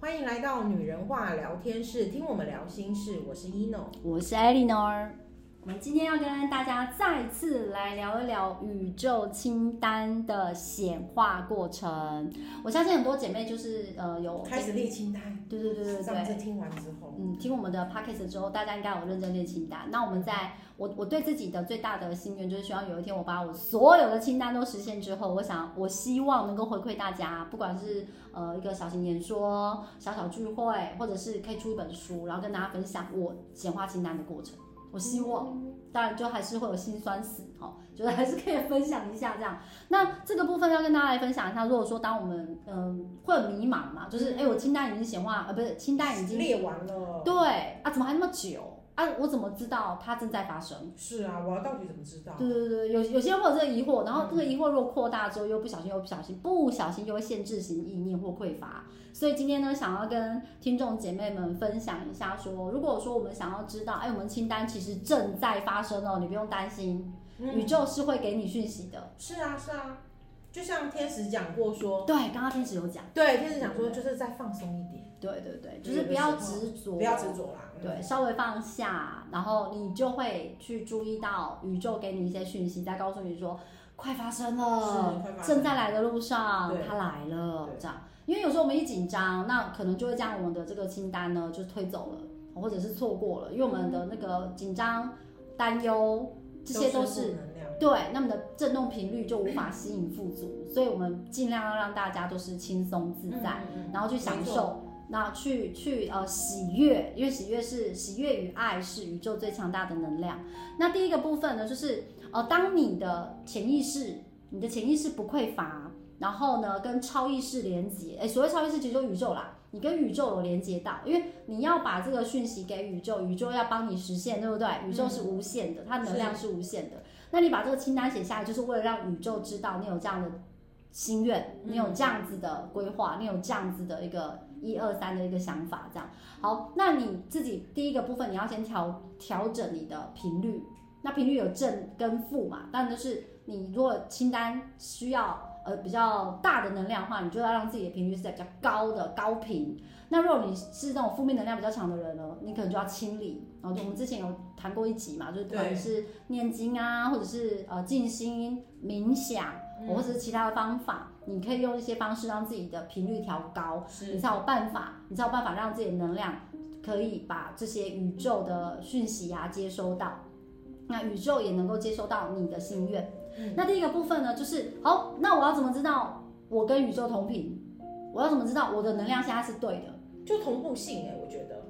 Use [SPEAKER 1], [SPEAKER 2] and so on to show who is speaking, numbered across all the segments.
[SPEAKER 1] 欢迎来到女人话聊天室，听我们聊心事。我是 ino，
[SPEAKER 2] 我是艾莉诺儿。我们今天要跟大家再次来聊一聊宇宙清单的显化过程。我相信很多姐妹就是呃有
[SPEAKER 1] 开始列清单。
[SPEAKER 2] 对对对对
[SPEAKER 1] 上
[SPEAKER 2] 对，
[SPEAKER 1] 次听完之后，
[SPEAKER 2] 嗯，听我们的 podcast 之后，大家应该有认真列清单。那我们在我我对自己的最大的心愿就是希望有一天我把我所有的清单都实现之后，我想我希望能够回馈大家，不管是呃一个小型演说、小小聚会，或者是可以出一本书，然后跟大家分享我显化清单的过程。我希望。当然就还是会有辛酸史哦，觉得还是可以分享一下这样。那这个部分要跟大家来分享一下，如果说当我们嗯、会很迷茫嘛，就是哎、诶我清单已经显化，呃不是清单已经
[SPEAKER 1] 列完了。
[SPEAKER 2] 对啊，怎么还那么久啊？我怎么知道它正在发生？
[SPEAKER 1] 是啊，我要到底怎么知道？
[SPEAKER 2] 对对对，有有些人会有这个疑惑，然后这个疑惑如果扩大之后，又不小心又不小心不小心就会限制型意念或匮乏。所以今天呢，想要跟听众姐妹们分享一下说如果说我们想要知道，哎，我们清单其实正在发生哦，你不用担心，宇
[SPEAKER 1] 嗯，
[SPEAKER 2] 宙是会给你讯息的。
[SPEAKER 1] 是啊，是啊，就像天使讲过说，
[SPEAKER 2] 对，刚刚天使有讲，
[SPEAKER 1] 对，天使讲说就是再放松一点，
[SPEAKER 2] 对对对，就是不要执着，
[SPEAKER 1] 不要执着啦。嗯，
[SPEAKER 2] 对，稍微放下，然后你就会去注意到宇宙给你一些讯息，在告诉你说，快发生
[SPEAKER 1] 是
[SPEAKER 2] 了
[SPEAKER 1] 快发生，了
[SPEAKER 2] 呃正在来的路上
[SPEAKER 1] 对，
[SPEAKER 2] 它来了
[SPEAKER 1] 对，
[SPEAKER 2] 这样。因为有时候我们一紧张，那可能就会将我们的这个清单呢就推走了，或者是错过了，因为我们
[SPEAKER 1] 嗯
[SPEAKER 2] 的那个紧张、担忧这些都是
[SPEAKER 1] 负能量。
[SPEAKER 2] 对，那么的振动频率就无法吸引富足，所以我们尽量要让大家都是轻松自在。
[SPEAKER 1] 嗯，嗯
[SPEAKER 2] 然后去享受，那去去呃喜悦，因为喜悦是喜悦与爱是宇宙最强大的能量。那第一个部分呢，就是呃，当你的潜意识，你的潜意识不匮乏，然后呢跟超意识连接，诶，所谓超意识其实就是宇宙啦。你跟宇宙有连接到，因为你要把这个讯息给宇宙，宇宙要帮你实现，对不对？宇宙是无限的，它能量是无限的。那你把这个清单写下来，就是为了让宇宙知道你有这样的心愿，你有这样子的规划，你有这样子的一个一二三的一个想法，这样好。那你自己第一个部分，你要先调调整你的频率。那频率有正跟负嘛，当然就是你如果清单需要呃比较大的能量的话，你就要让自己的频率是在比较高的高频。那如果你是那种负面能量比较强的人呢，你可能就要清理。然后就我们之前有谈过一集嘛，就是不管
[SPEAKER 1] 对
[SPEAKER 2] 是念经啊，或者是呃静心冥想，或者是其他的方法，你可以用一些方式让自己的频率调高。你
[SPEAKER 1] 嗯是
[SPEAKER 2] 才有办法，你才有办法让自己的能量可以把这些宇宙的讯息啊接收到，那宇宙也能够接收到你的心愿。
[SPEAKER 1] 嗯
[SPEAKER 2] 那第一个部分呢，就是好，那我要怎么知道我跟宇宙同频？我要怎么知道我的能量现在是对的？
[SPEAKER 1] 就同步性哎、我觉得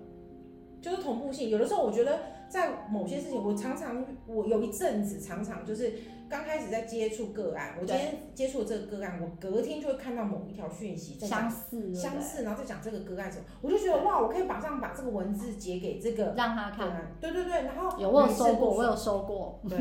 [SPEAKER 1] 就是同步性。有的时候我觉得在某些事情，我常常我有一阵子常常就是刚开始在接触个案，我今
[SPEAKER 2] 对
[SPEAKER 1] 天接触这个个案，我隔天就会看到某一条讯息在
[SPEAKER 2] 相
[SPEAKER 1] 讲
[SPEAKER 2] 似，对不对
[SPEAKER 1] 相，似，然后再讲这个个案什么，我就觉得哇，我可以马上把这个文字截给这个
[SPEAKER 2] 让他
[SPEAKER 1] 个
[SPEAKER 2] 看。
[SPEAKER 1] 案，对对对，然后
[SPEAKER 2] 有，我有
[SPEAKER 1] 屡试
[SPEAKER 2] 收过，
[SPEAKER 1] 不
[SPEAKER 2] 我
[SPEAKER 1] 爽
[SPEAKER 2] 有收过，
[SPEAKER 1] 对，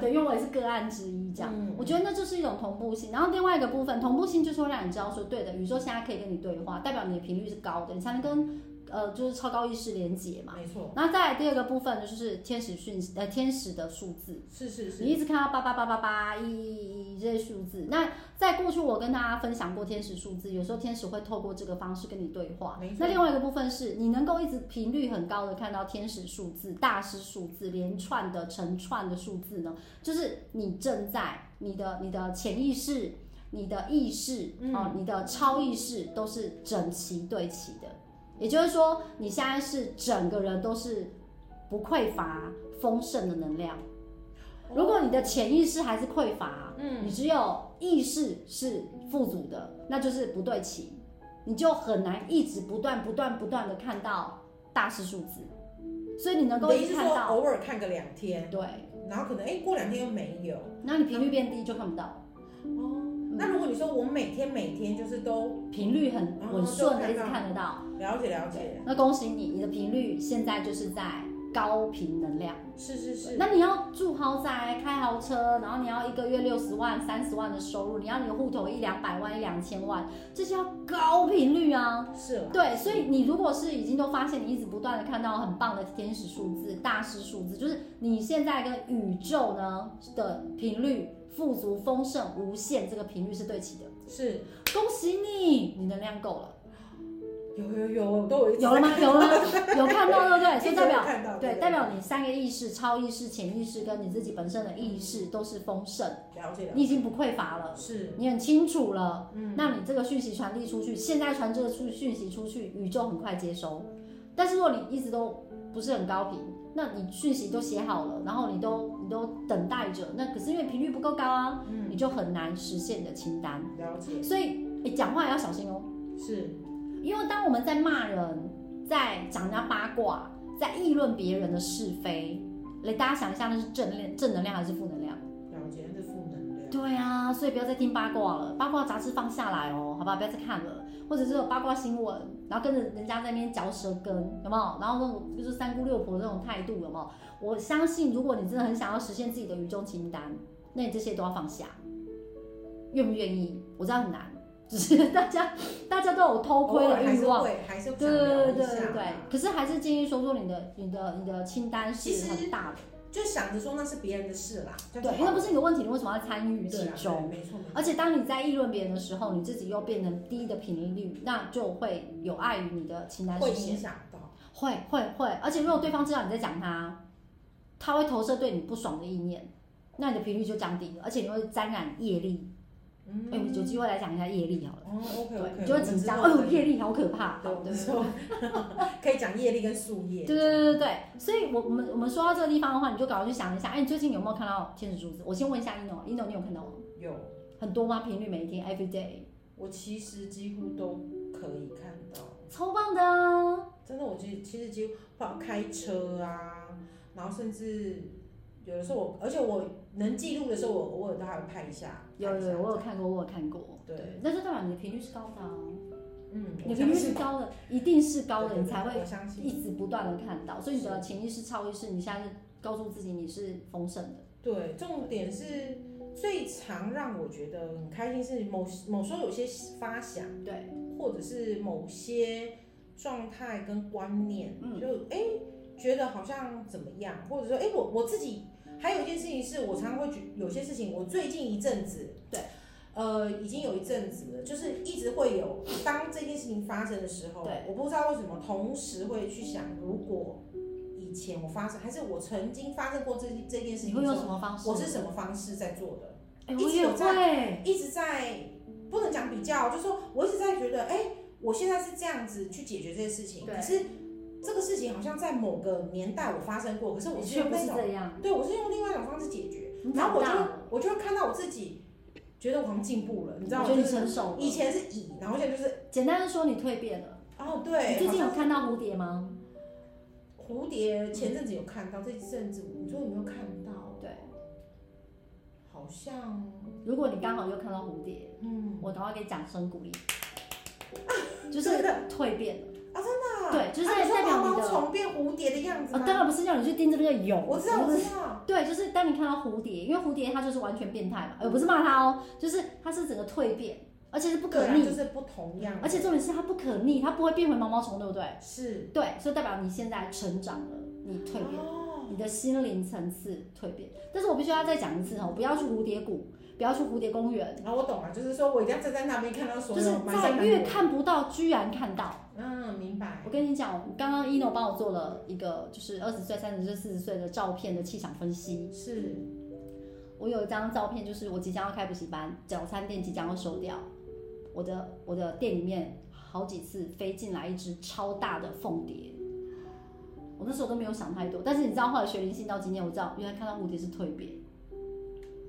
[SPEAKER 2] 对，因为我也是个案之一， 这样，
[SPEAKER 1] 嗯
[SPEAKER 2] 我觉得那就是一种同步性。然后另外一个部分，同步性就是会让你知道说，对的，宇宙现在可以跟你对话，代表你的频率是高的，你才能跟呃就是超高意识连接嘛。
[SPEAKER 1] 没错，
[SPEAKER 2] 然后再来第二个部分呢，就是天使讯息，呃天使的数字，
[SPEAKER 1] 是是
[SPEAKER 2] 你一
[SPEAKER 1] 是，
[SPEAKER 2] 直看到八八八八八一一一这些数字。那在过去我跟大家分享过天使数字，有时候天使会透过这个方式跟你对话
[SPEAKER 1] 没错。
[SPEAKER 2] 那另外一个部分是你能够一直频率很高的看到天使数字、大师数字连串的成串的数字呢，就是你正在你的你的潜意识、你的意识、
[SPEAKER 1] 嗯
[SPEAKER 2] 哦、你的超意识都是整齐对齐的。也就是说，你现在是整个人都是不匮乏、丰盛的能量。如果你的潜意识还是匮乏，
[SPEAKER 1] 哦嗯
[SPEAKER 2] 你只有意识是富足的，那就是不对齐，你就很难一直不断、不断、不断的看到大师数字，所以你能够
[SPEAKER 1] 你
[SPEAKER 2] 一
[SPEAKER 1] 的意
[SPEAKER 2] 直
[SPEAKER 1] 思
[SPEAKER 2] 看
[SPEAKER 1] 说
[SPEAKER 2] 到，
[SPEAKER 1] 偶尔看个两天，
[SPEAKER 2] 对，
[SPEAKER 1] 然后可能哎过两天又没有，
[SPEAKER 2] 那你频率变低就看不到，
[SPEAKER 1] 哦，
[SPEAKER 2] 嗯
[SPEAKER 1] 那如果你说我每天每天就是都
[SPEAKER 2] 频率很
[SPEAKER 1] 哦
[SPEAKER 2] 很顺的
[SPEAKER 1] 就看到
[SPEAKER 2] 一直看得到，
[SPEAKER 1] 了解了解，
[SPEAKER 2] 那恭喜你，你的频率现在就是在高频能量。
[SPEAKER 1] 是是是，
[SPEAKER 2] 那你要住豪宅、开豪车，然后你要一个月六十万、三十万的收入，你要你的户头一两百万、一两千万，这些要高频率啊。
[SPEAKER 1] 是啦，
[SPEAKER 2] 对，所以你如果是已经都发现，你一直不断的看到很棒的天使数字、大师数字，就是你现在跟宇宙呢的频率富足、丰盛、无限这个频率是对齐的，
[SPEAKER 1] 是
[SPEAKER 2] 恭喜你，你能量够了。
[SPEAKER 1] 有有有，都有一直
[SPEAKER 2] 有了吗？有了吗？有看到对不对？所以代表
[SPEAKER 1] 看到
[SPEAKER 2] 对，代表你三个意识：超意识、潜意识跟你自己本身的意识都是丰盛，
[SPEAKER 1] 了解了
[SPEAKER 2] 你已经不匮乏了，
[SPEAKER 1] 是
[SPEAKER 2] 你很清楚了。
[SPEAKER 1] 嗯
[SPEAKER 2] 那你这个讯息传递出去，现在传这个出讯息出去，宇宙很快接收。但是如果你一直都不是很高频，那你讯息都写好了，然后你都你都等待着，那可是因为频率不够高啊，
[SPEAKER 1] 嗯
[SPEAKER 2] 你就很难实现你的清单。
[SPEAKER 1] 了解
[SPEAKER 2] 所以你讲话也要小心哦。
[SPEAKER 1] 是
[SPEAKER 2] 因为当我们在骂人、在讲人家八卦、在议论别人的是非，来大家想一下，那是正能正能量还是负能量？
[SPEAKER 1] 了解，那是负能量，
[SPEAKER 2] 对啊，所以不要再听八卦了，八卦杂志放下来哦，好吧，不要再看了，或者是有八卦新闻，然后跟着人家在那边嚼舌根，有没有？然后那种就是三姑六婆的那种态度，有没有？我相信，如果你真的很想要实现自己的宇宙清单，那你这些都要放下，愿不愿意？我知道很难，只是大家大家都有偷窥
[SPEAKER 1] 偶尔
[SPEAKER 2] 的
[SPEAKER 1] 还
[SPEAKER 2] 欲
[SPEAKER 1] 是
[SPEAKER 2] 望。
[SPEAKER 1] 会还是想
[SPEAKER 2] 对
[SPEAKER 1] 聊
[SPEAKER 2] 对
[SPEAKER 1] 一
[SPEAKER 2] 对
[SPEAKER 1] 下
[SPEAKER 2] 对对
[SPEAKER 1] 嘛，
[SPEAKER 2] 可是还是建议说说你的、你的、你的清单
[SPEAKER 1] 其
[SPEAKER 2] 是
[SPEAKER 1] 实
[SPEAKER 2] 很大的，
[SPEAKER 1] 就想着说那是别人的事啦，这样
[SPEAKER 2] 对，
[SPEAKER 1] 就
[SPEAKER 2] 因为
[SPEAKER 1] 好
[SPEAKER 2] 不是你的问题，你为什么要参与
[SPEAKER 1] 对
[SPEAKER 2] 其
[SPEAKER 1] 啊对
[SPEAKER 2] 中？
[SPEAKER 1] 没错没错，
[SPEAKER 2] 而且当你在议论别人的时候，你自己又变成低的频率，那就会有碍于你的清单
[SPEAKER 1] 会
[SPEAKER 2] 实
[SPEAKER 1] 影
[SPEAKER 2] 现。
[SPEAKER 1] 响到，
[SPEAKER 2] 会会会，而且如果对方知道你在讲他，他会投射对你不爽的意念，那你的频率就降低了，而且你会沾染业力。哎、我
[SPEAKER 1] 嗯
[SPEAKER 2] 们有机会来讲一下业力好了，
[SPEAKER 1] 哦，OK
[SPEAKER 2] 对，
[SPEAKER 1] OK，
[SPEAKER 2] 你就会紧张。哎呦，业力好可怕，
[SPEAKER 1] 对，
[SPEAKER 2] 好
[SPEAKER 1] 我
[SPEAKER 2] 对
[SPEAKER 1] 们 之后可以讲业力跟树
[SPEAKER 2] 对
[SPEAKER 1] 叶，
[SPEAKER 2] 对对对对，所以我我们我们说到这个地方的话，你就赶快去想一下，哎，你最近有没有看到天使珠子？我先问一下一 n 一 n 你有看到吗？
[SPEAKER 1] 有，
[SPEAKER 2] 很多吗？频率每一天，every day，
[SPEAKER 1] 我其实几乎都可以看到。
[SPEAKER 2] 超棒的啊！
[SPEAKER 1] 真的，我其实其实几乎包括开车啊，然后甚至有的时候我，而且我能记录的时候，我偶尔都还有拍一下。
[SPEAKER 2] 有
[SPEAKER 1] 拍一
[SPEAKER 2] 有
[SPEAKER 1] 下
[SPEAKER 2] 有，我有看过，我有看过。
[SPEAKER 1] 对，
[SPEAKER 2] 那就代表你的频率是高的啊，
[SPEAKER 1] 嗯，
[SPEAKER 2] 你
[SPEAKER 1] 我
[SPEAKER 2] 的频
[SPEAKER 1] 相
[SPEAKER 2] 率
[SPEAKER 1] 信
[SPEAKER 2] 是高的，一定是高的，
[SPEAKER 1] 对对
[SPEAKER 2] 你才
[SPEAKER 1] 对
[SPEAKER 2] 会
[SPEAKER 1] 我相信。
[SPEAKER 2] 一直不断的看到。所以你的潜意识、超意识，你现在是告诉自己你是丰盛的。
[SPEAKER 1] 对，重点是最常让我觉得很开心是某某时候有些发想，
[SPEAKER 2] 对，
[SPEAKER 1] 或者是某些状态跟观念，
[SPEAKER 2] 嗯
[SPEAKER 1] 就哎、诶觉得好像怎么样，或者说哎、诶我我自己还有一件事情是我常常会觉有些事情，我最近一阵子
[SPEAKER 2] 对。
[SPEAKER 1] 呃，已经有一阵子了，就是一直会有，当这件事情发生的时候
[SPEAKER 2] 对，
[SPEAKER 1] 我不知道为什么，同时会去想，如果以前我发生，还是我曾经发生过这这件事
[SPEAKER 2] 你
[SPEAKER 1] 情的
[SPEAKER 2] 会
[SPEAKER 1] 时
[SPEAKER 2] 用
[SPEAKER 1] 候，
[SPEAKER 2] 什么方式？
[SPEAKER 1] 我是什么方式在做的？
[SPEAKER 2] 哎，
[SPEAKER 1] 一
[SPEAKER 2] 我
[SPEAKER 1] 直
[SPEAKER 2] 也
[SPEAKER 1] 有在
[SPEAKER 2] 会。
[SPEAKER 1] 一直在不能讲比较，就是说我一直在觉得，哎、我现在是这样子去解决这些事情，
[SPEAKER 2] 对
[SPEAKER 1] 可是这个事情好像在某个年代我发生过，可是我
[SPEAKER 2] 你
[SPEAKER 1] 是
[SPEAKER 2] 却
[SPEAKER 1] 用
[SPEAKER 2] 不
[SPEAKER 1] 那
[SPEAKER 2] 是
[SPEAKER 1] 种，
[SPEAKER 2] 这样，
[SPEAKER 1] 对我是用另外一种方式解决，
[SPEAKER 2] 你
[SPEAKER 1] 然
[SPEAKER 2] 长
[SPEAKER 1] 后我就
[SPEAKER 2] 大了，
[SPEAKER 1] 我就会看到我自己，觉得我好像进步了，你知道
[SPEAKER 2] 我
[SPEAKER 1] 吗？
[SPEAKER 2] 觉得
[SPEAKER 1] 就
[SPEAKER 2] 你
[SPEAKER 1] 是
[SPEAKER 2] 成熟了。
[SPEAKER 1] 以前是以，然后现在就是
[SPEAKER 2] 简单的说，你蜕变了。
[SPEAKER 1] 哦，
[SPEAKER 2] 你
[SPEAKER 1] 对，
[SPEAKER 2] 最近有
[SPEAKER 1] 好像
[SPEAKER 2] 看到蝴蝶吗？
[SPEAKER 1] 蝴蝶前阵子有看到，这一阵子你说有没有看到？
[SPEAKER 2] 对，
[SPEAKER 1] 好像
[SPEAKER 2] 如果你刚好又看到蝴蝶，
[SPEAKER 1] 嗯，
[SPEAKER 2] 我赶快给你掌 声鼓励，就是
[SPEAKER 1] 真的
[SPEAKER 2] 蜕变了。
[SPEAKER 1] 那
[SPEAKER 2] 对就是
[SPEAKER 1] 啊你说
[SPEAKER 2] 代表你
[SPEAKER 1] 毛毛
[SPEAKER 2] 的
[SPEAKER 1] 虫变蝴蝶的样子
[SPEAKER 2] 啊，
[SPEAKER 1] 吗？
[SPEAKER 2] 当然不是叫你去盯这个有，
[SPEAKER 1] 我知道，我
[SPEAKER 2] 就是
[SPEAKER 1] 知道，
[SPEAKER 2] 对，就是当你看到蝴蝶，因为蝴蝶它就是完全变态嘛，
[SPEAKER 1] 嗯
[SPEAKER 2] 呃，不是骂它哦，就是它是整个蜕变，而且是不
[SPEAKER 1] 对
[SPEAKER 2] 可
[SPEAKER 1] 啊，就
[SPEAKER 2] 逆，嗯
[SPEAKER 1] 是不同样的，
[SPEAKER 2] 而且重点是它不可逆，它不会变回毛毛虫，对不对？
[SPEAKER 1] 是
[SPEAKER 2] 对，所以代表你现在成长了，你蜕变了。
[SPEAKER 1] 哦，
[SPEAKER 2] 你的心灵层次蜕变。但是我必须要再讲一次哦，不要去蝴蝶谷，不要去蝴蝶公园，
[SPEAKER 1] 啊然后我懂了，就是说我一定要站在那边看到所
[SPEAKER 2] 就
[SPEAKER 1] 有
[SPEAKER 2] 是
[SPEAKER 1] 满山
[SPEAKER 2] 在
[SPEAKER 1] 满
[SPEAKER 2] 越
[SPEAKER 1] 谷
[SPEAKER 2] 看不到，居然看到。
[SPEAKER 1] 嗯，明白
[SPEAKER 2] 我，跟你讲，刚刚一诺帮我做了一个就是二十岁、三十岁、四十岁的照片的气场分析。
[SPEAKER 1] 是
[SPEAKER 2] 我有一张照片，就是我即将要开补习班，早餐店即将要收掉，我的我的店里面好几次飞进来一只超大的凤蝶。我那时候都没有想太多，但是你知道，后来学灵性到今天，我知道原来看到蝴蝶是蜕变。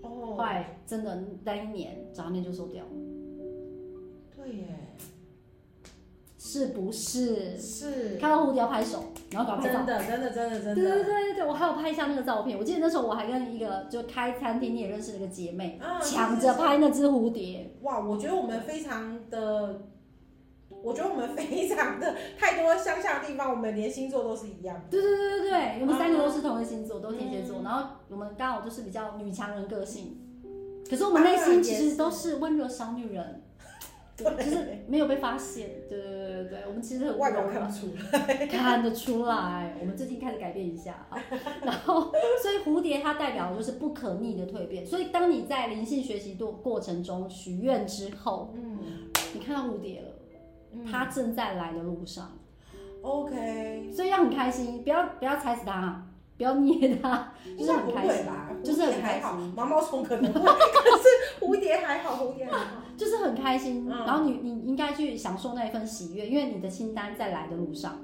[SPEAKER 1] 哦，
[SPEAKER 2] 后来真的那一年早餐店就收掉了，
[SPEAKER 1] 对耶，
[SPEAKER 2] 是不是？
[SPEAKER 1] 是
[SPEAKER 2] 看到蝴蝶要拍手，然后搞拍照
[SPEAKER 1] 真。的，真的，真的，真
[SPEAKER 2] 对对对
[SPEAKER 1] 的，
[SPEAKER 2] 对对，我还有拍一下那个照片。我记得那时候我还跟一个就开餐厅你也认识的一个姐妹，
[SPEAKER 1] 嗯
[SPEAKER 2] 抢着。拍那只蝴蝶。
[SPEAKER 1] 哇，我觉得我们非常的，我觉得我们非常的太多乡下的地方，我们连星座都是嗯一样。
[SPEAKER 2] 对对对对对，我们
[SPEAKER 1] 嗯
[SPEAKER 2] 三个都是同一个星座，都天蝎座。然后我们刚好就是比较女强人个性，
[SPEAKER 1] 嗯
[SPEAKER 2] 可是我们内心其实都是温柔小女人，就是没有被发现。对对对对对，我们其实很
[SPEAKER 1] 外
[SPEAKER 2] 温柔
[SPEAKER 1] 表看不出来，
[SPEAKER 2] 看得出来，我们最近开始改变一下 啊。然后，所以蝴蝶它代表的就是不可逆的蜕变。所以，当你在灵性学习过过程中许愿之后，
[SPEAKER 1] 嗯，
[SPEAKER 2] 你看到蝴蝶了，它正在来的路上，
[SPEAKER 1] OK，
[SPEAKER 2] 所以要很开心，不要不要踩死它，不要捏 它，就
[SPEAKER 1] 应
[SPEAKER 2] 是
[SPEAKER 1] 该不
[SPEAKER 2] 很开
[SPEAKER 1] 会
[SPEAKER 2] 心，
[SPEAKER 1] 吧？
[SPEAKER 2] 就是
[SPEAKER 1] 蝴
[SPEAKER 2] 很
[SPEAKER 1] 蝶
[SPEAKER 2] 开
[SPEAKER 1] 还
[SPEAKER 2] 心
[SPEAKER 1] 好，毛毛虫可 能会，可是蝴蝶还好，蝴蝶还好。
[SPEAKER 2] 就是很开心。
[SPEAKER 1] 嗯
[SPEAKER 2] 然后你你应该去享受那一份喜悦，因为你的清单在来的路上，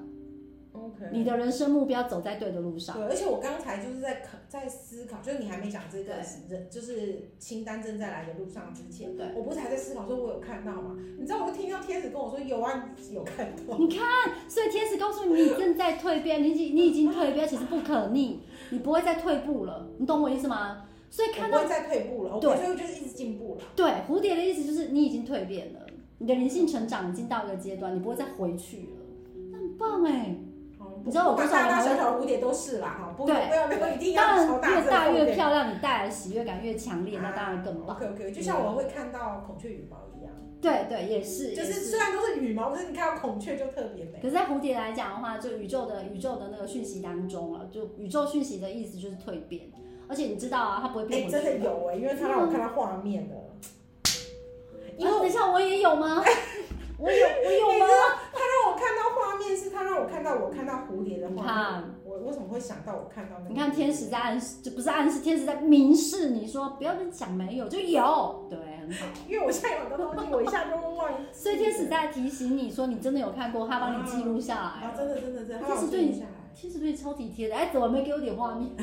[SPEAKER 1] OK，
[SPEAKER 2] 你的人生目标走在对的路上。
[SPEAKER 1] 对，而且我刚才就是在考在思考，就是你还没讲这个
[SPEAKER 2] 对
[SPEAKER 1] 人，就是清单正在来的路上之前，
[SPEAKER 2] 对，
[SPEAKER 1] 我不是还在思考说我有看到吗？你知道我就听到天使跟我说有啊，有看到。
[SPEAKER 2] 你看，所以天使告诉你，你正在蜕变，你已经你已经蜕变，其实不可逆，你不会再退步了，你懂我意思吗？所以看
[SPEAKER 1] 我
[SPEAKER 2] 到
[SPEAKER 1] 不会再退步了，我
[SPEAKER 2] 对
[SPEAKER 1] 所以就是一直进步了。
[SPEAKER 2] 对蝴蝶的意思就是你已经蜕变了，你的灵性成长已经到一个阶段，你不会再回去了，那很棒哎、
[SPEAKER 1] 哦
[SPEAKER 2] 你知道我
[SPEAKER 1] 不管
[SPEAKER 2] 多少
[SPEAKER 1] 大大
[SPEAKER 2] 人
[SPEAKER 1] 小小的蝴蝶都是啦，哈，不不
[SPEAKER 2] 对
[SPEAKER 1] 要没有一定
[SPEAKER 2] 当
[SPEAKER 1] 要
[SPEAKER 2] 然
[SPEAKER 1] 超大
[SPEAKER 2] 越大越
[SPEAKER 1] 只的蝴蝶
[SPEAKER 2] 漂亮，你带来的喜悦感越强烈，那当然更棒。
[SPEAKER 1] OK OK，就哦像我会看到孔雀羽毛一样，
[SPEAKER 2] 对对，也是，
[SPEAKER 1] 就
[SPEAKER 2] 也
[SPEAKER 1] 是虽然都是羽毛，可是你看到孔雀就特别美。
[SPEAKER 2] 可是，在蝴蝶来讲的话，就宇宙的宇宙的那个讯息当中啊，就宇宙讯息的意思就是蜕变，而且你知道啊，它不会
[SPEAKER 1] 哎、
[SPEAKER 2] 变回去。
[SPEAKER 1] 真的有哎、因为他让我看到画面了。因为
[SPEAKER 2] 啊
[SPEAKER 1] 我
[SPEAKER 2] 等一下我也有吗？ 我有我有吗？
[SPEAKER 1] 啊他让我看到画面，是他让我看到我看到蝴蝶的
[SPEAKER 2] 你
[SPEAKER 1] 画面。
[SPEAKER 2] 看，
[SPEAKER 1] 我为什么会想到我看到那个？
[SPEAKER 2] 你看，天使在暗示，这不是暗示，天使在明示你说不要跟讲没有，就有，对，很好。
[SPEAKER 1] 因为我现在有很多东西，我一下就会忘 记。
[SPEAKER 2] 所以天使在提醒你说你真的有看过，他帮你记录下来
[SPEAKER 1] 啊，
[SPEAKER 2] 了。
[SPEAKER 1] 真的真的真的，他
[SPEAKER 2] 天
[SPEAKER 1] 让
[SPEAKER 2] 使
[SPEAKER 1] 我
[SPEAKER 2] 对你
[SPEAKER 1] 记下来。
[SPEAKER 2] 天使对你超体贴的，哎，怎么没给我点画面？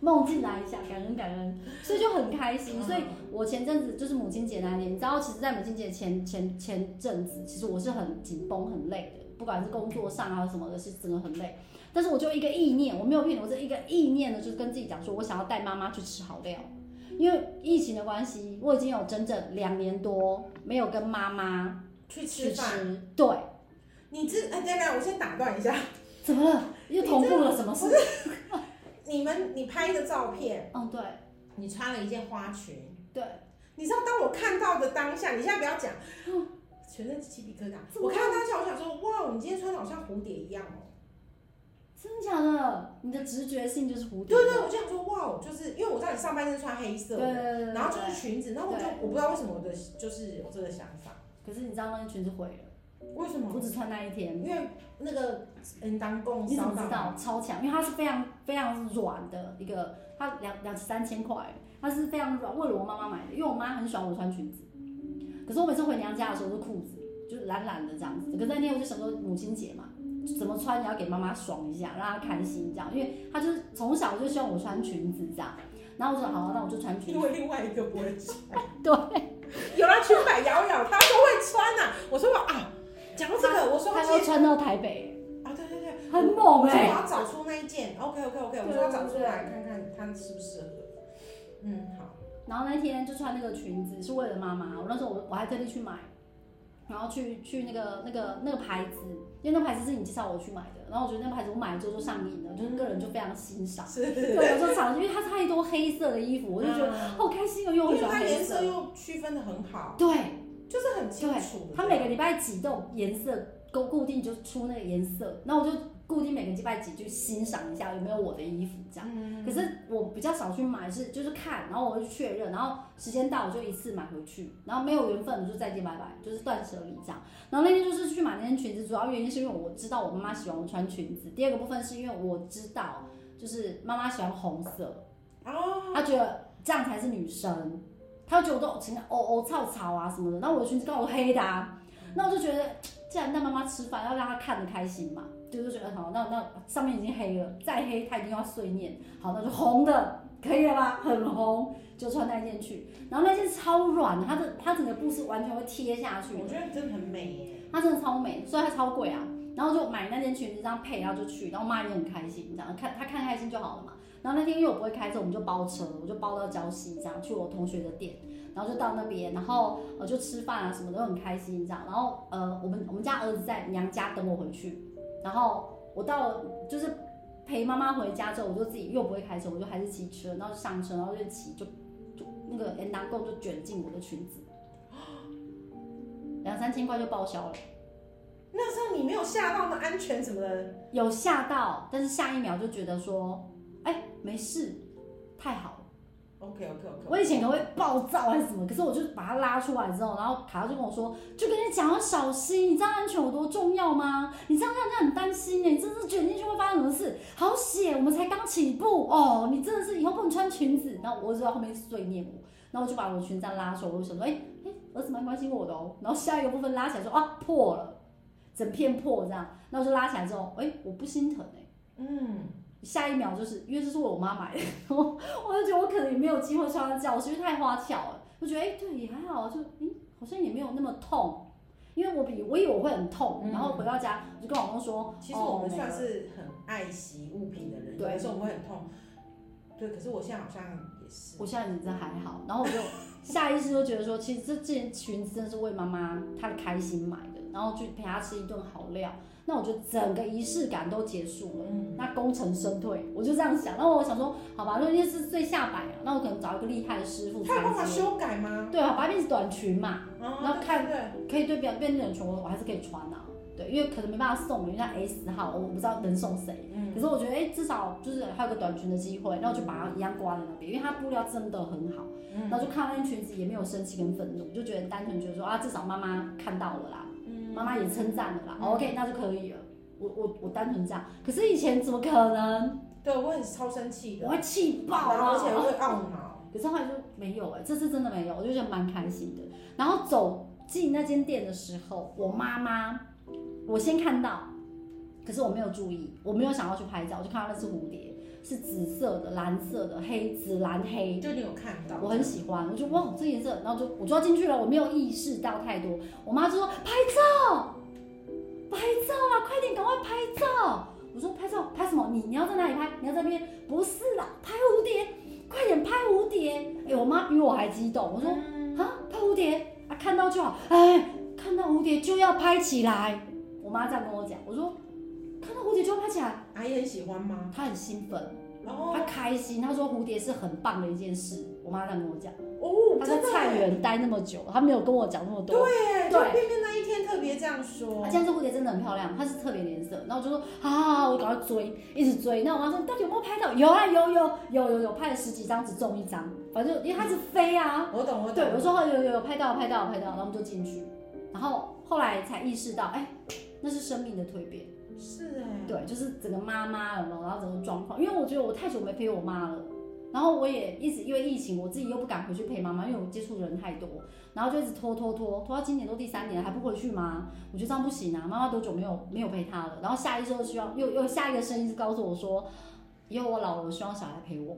[SPEAKER 2] 梦进来一下，感恩感恩，所以就很开心。所以
[SPEAKER 1] 嗯
[SPEAKER 2] 我前阵子就是母亲节那年，你知道，其实，在母亲节前前前阵子，其实我是很紧绷、很累的，不管是工作上还有什么的，是真的很累。但是我就一个意念，我没有骗你，我这一个意念呢，就是跟自己讲说，我想要带妈妈去吃好料。因为疫情的关系，我已经有整整两年多没有跟妈妈
[SPEAKER 1] 去
[SPEAKER 2] 去
[SPEAKER 1] 吃
[SPEAKER 2] 吃
[SPEAKER 1] 饭，。
[SPEAKER 2] 对，
[SPEAKER 1] 你这哎，等等，我先打断一下。
[SPEAKER 2] 怎么了？又同步了什么事？
[SPEAKER 1] 你们，你拍的照片，
[SPEAKER 2] 嗯，对
[SPEAKER 1] 你穿了一件花裙，
[SPEAKER 2] 对，
[SPEAKER 1] 你知道，当我看到的当下，你现在不要讲，
[SPEAKER 2] 嗯
[SPEAKER 1] 全身起鸡皮疙瘩。
[SPEAKER 2] 怎么
[SPEAKER 1] 我看到当下，我想说，哇，你今天穿的好像蝴蝶一样哦。
[SPEAKER 2] 真的假的？你的直觉性就是蝴
[SPEAKER 1] 对
[SPEAKER 2] 蝶。
[SPEAKER 1] 对，我就想说，哇，就是因为我知道你上半身穿黑色
[SPEAKER 2] 对
[SPEAKER 1] 的，
[SPEAKER 2] 对对
[SPEAKER 1] 然后就是裙子，然后我就
[SPEAKER 2] 对
[SPEAKER 1] 我不知道为什么我的就是有这个想法，
[SPEAKER 2] 可是你知道那个裙子毁了，
[SPEAKER 1] 为什
[SPEAKER 2] 我
[SPEAKER 1] 么？
[SPEAKER 2] 只穿那一天。
[SPEAKER 1] 因为那个嗯，当共
[SPEAKER 2] 你怎
[SPEAKER 1] 烧
[SPEAKER 2] 么知
[SPEAKER 1] 到，
[SPEAKER 2] 道？超强，因为它是非常非常软的一个，它两两三千块，它是非常软，为了我妈妈买的，因为我妈很喜欢我穿裙子，可是我每次回娘家的时候是裤子，就是懒懒的这样子。可是那天我就想说母亲节嘛，就怎么穿也要给妈妈爽一下，让她开心这样，因为她就是从小就希望我穿裙子这样，然后我就说好、啊那我就穿裙
[SPEAKER 1] 因
[SPEAKER 2] 子。
[SPEAKER 1] 为另外一个不会穿。
[SPEAKER 2] 对，
[SPEAKER 1] 有了裙摆瑶瑶，她都会穿呐、我说我啊，讲到这个，我说
[SPEAKER 2] 她
[SPEAKER 1] 她
[SPEAKER 2] 要
[SPEAKER 1] 今天
[SPEAKER 2] 穿到台北，
[SPEAKER 1] 啊，对对对。
[SPEAKER 2] 很猛
[SPEAKER 1] 我说
[SPEAKER 2] 哎、
[SPEAKER 1] 我要找出那一件，OK OK OK，我说要找出来看看它适不适合。嗯，好，
[SPEAKER 2] 然后那天就穿那个裙子，是为了妈妈。我那时候我我还特地去买，然后去去那个那个那个牌子，因为那牌子是你介绍我去买的。然后我觉得那牌子我买了之后就上瘾了，就是个人就非常欣赏。
[SPEAKER 1] 是。
[SPEAKER 2] 对，我就常，因为它太多黑色的衣服，我就觉得
[SPEAKER 1] 得，
[SPEAKER 2] 好开心哦，因为我
[SPEAKER 1] 嗯因为
[SPEAKER 2] 很喜欢
[SPEAKER 1] 它
[SPEAKER 2] 黑
[SPEAKER 1] 颜色
[SPEAKER 2] 色。
[SPEAKER 1] 又区分的很好，
[SPEAKER 2] 对，
[SPEAKER 1] 就是很清楚的。啊
[SPEAKER 2] 它每个礼拜几都有颜色固固定就出那个颜色，那我就固定每个礼拜几去欣赏一下有没有我的衣服这样。
[SPEAKER 1] 嗯，
[SPEAKER 2] 可是我比较少去买，是就是看，然后我就确认，然后时间到我就一次买回去，然后没有缘分我就再见拜拜，就是断舍离这样。然后那天就是去买那件裙子，主要原因是因为我知道我妈妈喜欢我穿裙子，第二个部分是因为我知道就是妈妈喜欢红色，
[SPEAKER 1] 哦，
[SPEAKER 2] 她觉得这样才是女生，她觉得我都情感哦哦草草啊什么的，然后我的裙子刚好黑的、啊，那我就觉得既然带妈妈吃饭，要让她看得开心嘛。就是觉得好，那那上面已经黑了，再黑它一定要碎念。好，那就红的，可以了吧？很红，就穿那件去。然后那件超软的，它的它整个布是完全会贴下去
[SPEAKER 1] 我
[SPEAKER 2] 的，
[SPEAKER 1] 觉得真的很美耶。
[SPEAKER 2] 它真的超美，所以它超贵啊。然后就买那件裙子这样配，然后就去，然后我妈也很开心，这样看她看开心就好了嘛。然后那天因为我不会开车，我们就包车，我就包到礁溪这样去我同学的店，然后就呃到那边，然后我就吃饭啊什么都很开心这样。然后呃，我们我们家儿子在娘家等我回去，然后我到了就是陪妈妈回家之后，我就自己又不会开车，我就还是骑车，然后就上车，然后就骑就就那个 N 达购就卷进我的裙子，两三千块就报销了。
[SPEAKER 1] 那时候你没有吓到吗？安全什么的？
[SPEAKER 2] 有吓到，但是下一秒就觉得说，哎、没事，太好了，
[SPEAKER 1] OK OK OK。
[SPEAKER 2] 我以前可能会暴躁还是什么，可是我就把他拉出来之后，然后卡拉就跟我说，就跟你讲要小心，你知道安全有多重要吗？你这样让人家很担心耶，你真的是卷进去会发生什么事？好险，我们才刚起步哦，你真的是以后不能穿裙子。然后我儿子在后面碎念我，然后我就把我裙子这样拉手，我就想说，哎、哎、儿子蛮关心我的哦。然后下一个部分拉起来说，啊破了，整片破这样，然后就拉起来之后，哎、我不心疼哎、
[SPEAKER 1] 嗯，
[SPEAKER 2] 下一秒就是，因为这是我妈买的， 我我就觉得我可能也没有机会穿到教室，因为太花俏了。我觉得哎、对，也还好，就嗯，好像也没有那么痛，因为我比我以为我会很痛，
[SPEAKER 1] 嗯
[SPEAKER 2] 然后回到家我就跟老公说，
[SPEAKER 1] 其实我们
[SPEAKER 2] 哦
[SPEAKER 1] 算
[SPEAKER 2] 没了
[SPEAKER 1] 是很爱惜物品的人，有
[SPEAKER 2] 对
[SPEAKER 1] 的时候我们会很痛。对，可是我现在好像也是。
[SPEAKER 2] 我现在真的还好，然后我就下意识就觉得说，其实这件裙子真的是为妈妈她的开心买的，然后去陪她吃一顿好料，那我觉得整个仪式感都结束了。
[SPEAKER 1] 嗯，
[SPEAKER 2] 那功成身退，我就这样想。然后我想说，好吧，那因为是最下摆啊，那我可能找一个厉害的师傅裁
[SPEAKER 1] 他有办法
[SPEAKER 2] 切
[SPEAKER 1] 修改吗？
[SPEAKER 2] 对啊，把它变成短裙嘛，
[SPEAKER 1] 哦
[SPEAKER 2] 那
[SPEAKER 1] 对
[SPEAKER 2] 看
[SPEAKER 1] 对
[SPEAKER 2] 可以对别人变成短裙，我我还是可以穿啊。对，因为可能没办法送，因为它 S 号，我不知道能送谁。
[SPEAKER 1] 对嗯
[SPEAKER 2] 可是我觉得，哎、至少就是还有个短裙的机会，那我就把它一样挂在那边，因为它布料真的很好。
[SPEAKER 1] 嗯
[SPEAKER 2] 然后就看到那件裙子，也没有生气跟愤怒，就觉得单纯觉得说啊，至少妈妈看到了啦，
[SPEAKER 1] 嗯
[SPEAKER 2] 妈妈也称赞了啦、
[SPEAKER 1] 嗯
[SPEAKER 2] o k 那就可以了。我我我单纯这样，可是以前怎么可能？
[SPEAKER 1] 对我很超生气
[SPEAKER 2] 我
[SPEAKER 1] 的，
[SPEAKER 2] 会气爆
[SPEAKER 1] 然后
[SPEAKER 2] 啊！
[SPEAKER 1] 而且会懊恼。
[SPEAKER 2] 可是后来就没有哎、这次真的没有，我就觉得蛮开心的。然后走进那间店的时候，我妈妈，我先看到，可是我没有注意，我没有想要去拍照，我就看到那只蝴蝶是紫色的、蓝色的、黑紫蓝黑，
[SPEAKER 1] 就你有看到？
[SPEAKER 2] 我很喜欢，我就哇这颜色，然后就我就要进去了，我没有意识到太多，我妈就说拍照，拍照啊，快点赶快拍照。我说拍照拍什么？你你要在哪里拍？你要在那边？不是啦，拍蝴蝶，快点拍蝴蝶！哎、我妈比我还激动，我说
[SPEAKER 1] 嗯
[SPEAKER 2] 啊，拍蝴蝶啊，看到就好，哎，看到蝴蝶就要拍起来。我妈这样跟我讲，我说看到蝴蝶就要拍起来，
[SPEAKER 1] 阿姨很喜欢吗？哦
[SPEAKER 2] 她很兴奋，
[SPEAKER 1] 然后
[SPEAKER 2] 她开心，她说蝴蝶是很棒的一件事。我妈这样跟我讲。
[SPEAKER 1] 哦，
[SPEAKER 2] 他在
[SPEAKER 1] 真的
[SPEAKER 2] 菜
[SPEAKER 1] 耶
[SPEAKER 2] 园待那么久，他没有跟我讲那么多。
[SPEAKER 1] 对，
[SPEAKER 2] 对
[SPEAKER 1] 就便便那一天特别这样说
[SPEAKER 2] 啊，。现在这蝴蝶真的很漂亮，它是特别颜色。然后我就说好好好，我赶快追，一直追。那我妈说到底有没有拍到？有啊，有有有有有，拍了十几张，只中一张。反正因为它是飞啊，
[SPEAKER 1] 我懂，我
[SPEAKER 2] 对，我
[SPEAKER 1] 懂。
[SPEAKER 2] 说哦有有有拍到拍到拍到，然后我们就进去。然后后来才意识到，哎、那是生命的蜕变。
[SPEAKER 1] 是哎，
[SPEAKER 2] 对，就是整个妈妈有没有，然后整个状况，因为我觉得我太久没陪我妈了，然后我也一直因为疫情，我自己又不敢回去陪妈妈，因为我接触人太多，然后就一直拖拖拖，拖到今年都第三年了还不回去吗？我觉得这样不行啊，妈妈多久没有没有陪她了？然后下一周需要又又下一个声音告诉我说，以后我老了，我希望小孩陪我，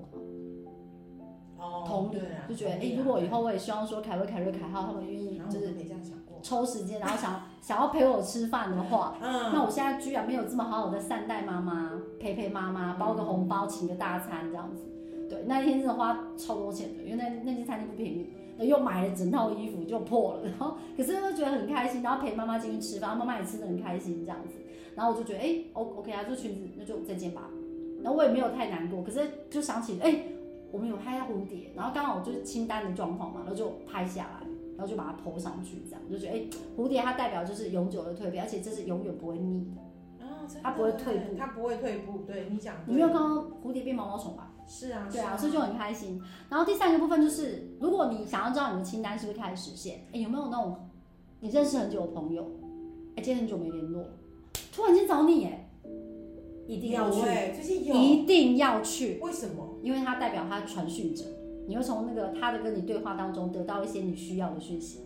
[SPEAKER 1] 哦，
[SPEAKER 2] 同理
[SPEAKER 1] 对啊
[SPEAKER 2] 就觉得哎、
[SPEAKER 1] 同理啊嗯
[SPEAKER 2] 诶如果以后我也希望说凯瑞、凯瑞、凯浩他们愿意
[SPEAKER 1] 然后
[SPEAKER 2] 就
[SPEAKER 1] 我
[SPEAKER 2] 是
[SPEAKER 1] 都没这样想过。
[SPEAKER 2] 抽时间，然后想想要陪我吃饭的话，那
[SPEAKER 1] 嗯，
[SPEAKER 2] 我现在居然没有这么好好的善待妈妈，陪陪妈妈，啊包个红包，请个大餐这样子。对，那一天真的花超多钱的，因为那那间餐厅不便宜，又买了整套衣服就破了，然后可是又觉得很开心，然后陪妈妈进去吃饭，然后妈妈也吃的很开心这样子，然后我就觉得哎，O、OK 啊，这裙子那就再见吧，然后我也没有太难过，可是就想起哎，我们有拍到蝴蝶，然后刚好我就是清单的状况嘛，然后就拍下来，然后就把它 PO 上去，这样我就觉得哎。蝴蝶它代表就是永久的蜕变，而且这是永远不会腻的。
[SPEAKER 1] 哦真的
[SPEAKER 2] 他不会退步
[SPEAKER 1] 他不会退步。对你讲，
[SPEAKER 2] 你没有看到蝴蝶变毛毛虫吧？
[SPEAKER 1] 是啊，
[SPEAKER 2] 对啊，所以就很开心。然后第三个部分就是，如果你想要知道你的清单是不是开始实现，哎，有没有那种你认识很久的朋友，哎，今天很久没联络，突然间找你，哎，一定要去
[SPEAKER 1] 有，哎，最近有，
[SPEAKER 2] 一定要去，
[SPEAKER 1] 为什么？
[SPEAKER 2] 因为它代表他传讯者，你会从那个他的跟你对话当中得到一些你需要的讯息。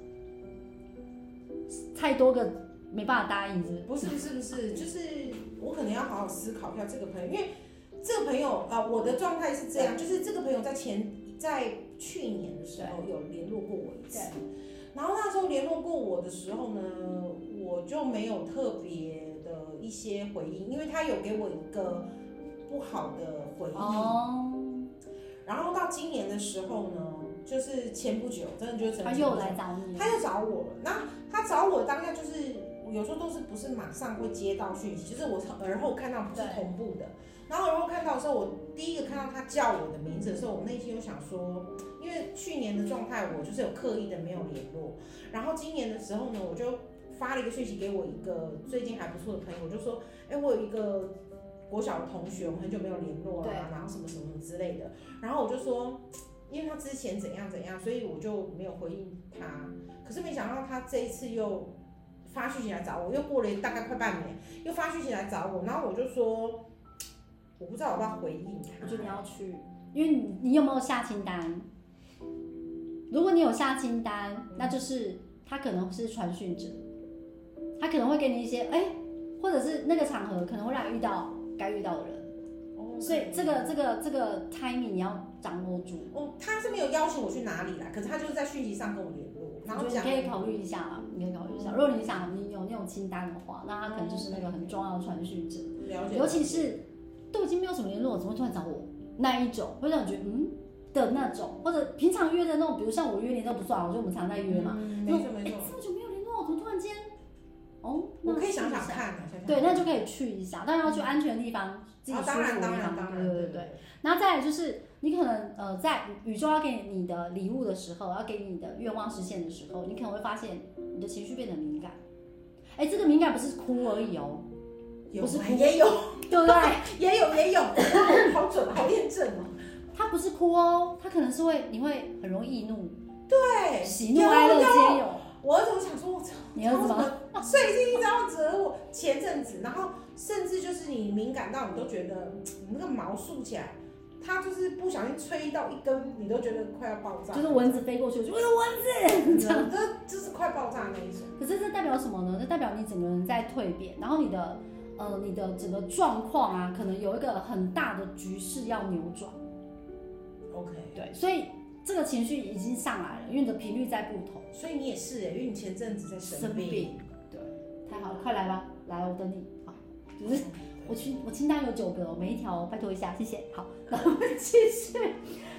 [SPEAKER 2] 太多个没办法答应，是不是？
[SPEAKER 1] 不是不是不是，就是我可能要好好思考一下这个朋友，因为这个朋友啊、呃我的状态是这样，就是这个朋友在前在去年的时候有联络过我一次，然后那时候联络过我的时候呢，我就没有特别的一些回应，因为他有给我一个不好的回应，
[SPEAKER 2] 哦，
[SPEAKER 1] 然后到今年的时候呢，就是前不久，真的就是前
[SPEAKER 2] 他
[SPEAKER 1] 不久
[SPEAKER 2] 啊又来找你，
[SPEAKER 1] 他就找我了。那他找我当下就是有时候都是不是马上会接到讯息，就是我而后看到不是
[SPEAKER 2] 对
[SPEAKER 1] 同步的。然后而后看到的时候，我第一个看到他叫我的名字的时候，我内心就想说，因为去年的状态我就是有刻意的没有联络，然后今年的时候呢，我就发了一个讯息给我一个最近还不错的朋友，我就说，哎、我有一个国小的同学，我们很久没有联络了、
[SPEAKER 2] 对
[SPEAKER 1] 啊，然后什么什么什么之类的，然后我就说。因为他之前怎样怎样，所以我就没有回应他。可是没想到他这一次又发讯息来找我，又过了大概快半年，又发讯息来找我，然后我就说，我不知道我要不要回应
[SPEAKER 2] 我
[SPEAKER 1] 他。
[SPEAKER 2] 觉得你要去，因为你你有没有下清单？如果你有下清单，那就是他可能是传讯者，他可能会给你一些哎、或者是那个场合可能会让你遇到该遇到的人，
[SPEAKER 1] 哦
[SPEAKER 2] 所以这个这个这个 timing 你要掌握住。
[SPEAKER 1] 哦，他是没有邀请我去哪里啦，可是他就是在讯息上跟我联络，然后
[SPEAKER 2] 我觉得
[SPEAKER 1] 讲
[SPEAKER 2] 你可以考虑一下啦，你可以考虑一下。如果你想你有那种清单的话，那他可能就是那个很重要的传讯者，
[SPEAKER 1] 了解，
[SPEAKER 2] 尤其是都已经没有什么联络了，怎么会突然找我那一种，会让你觉得嗯的那种，或者平常约的那种，比如像我约你都不算，我觉得我们常在约嘛，
[SPEAKER 1] 嗯没
[SPEAKER 2] 就
[SPEAKER 1] 错没
[SPEAKER 2] 哎
[SPEAKER 1] 错，
[SPEAKER 2] 这么久没有联络，怎么突然间哦，那
[SPEAKER 1] 我可以想
[SPEAKER 2] 试一
[SPEAKER 1] 想
[SPEAKER 2] 下。
[SPEAKER 1] 看啊，想想
[SPEAKER 2] 对，那
[SPEAKER 1] 看
[SPEAKER 2] 就可以去一下，当然要去安全的地方，自己
[SPEAKER 1] 啊
[SPEAKER 2] 舒
[SPEAKER 1] 当然
[SPEAKER 2] 服的地
[SPEAKER 1] 当然
[SPEAKER 2] 方，
[SPEAKER 1] 当
[SPEAKER 2] 对
[SPEAKER 1] 然，
[SPEAKER 2] 对对对。然后再来就是，你可能呃，在宇宙要给你的礼物的时候，要给你的愿望实现的时候，你可能会发现你的情绪变得敏感。哎，这个敏感不是哭而 已哦，
[SPEAKER 1] 有
[SPEAKER 2] 不是
[SPEAKER 1] 吗
[SPEAKER 2] 哭
[SPEAKER 1] 也有
[SPEAKER 2] 对不对？
[SPEAKER 1] 也有也有，好准好验证哦，
[SPEAKER 2] 它不是哭哦，它可能是会，你会很容易易怒，
[SPEAKER 1] 对，
[SPEAKER 2] 喜怒哀乐皆有。
[SPEAKER 1] 我儿子我想说，我操，
[SPEAKER 2] 你儿子吗
[SPEAKER 1] 么最近一直要惹我？前阵子，然后甚至就是你敏感到你都觉得嗯那个毛竖起来，它就是不小心吹到一根，你都觉得快要爆炸，
[SPEAKER 2] 就是蚊子飞过去，我就哎呦蚊
[SPEAKER 1] 真
[SPEAKER 2] 子这 样。
[SPEAKER 1] 的就是快爆炸那一种。
[SPEAKER 2] 可是这代表什么呢？这代表你整个人在蜕变，然后你的呃你的整个状况啊，可能有一个很大的局势要扭转。
[SPEAKER 1] OK，
[SPEAKER 2] 对，所以这个情绪已经上来了，因为你的频率在不同。
[SPEAKER 1] 所以你也是哎、因为你前阵子在
[SPEAKER 2] 生
[SPEAKER 1] 病，
[SPEAKER 2] 病对，太好了，快来吧，来我等你。好，就是我清我清单有九个哦，每一条哦拜托一下，谢谢。好，然后继续，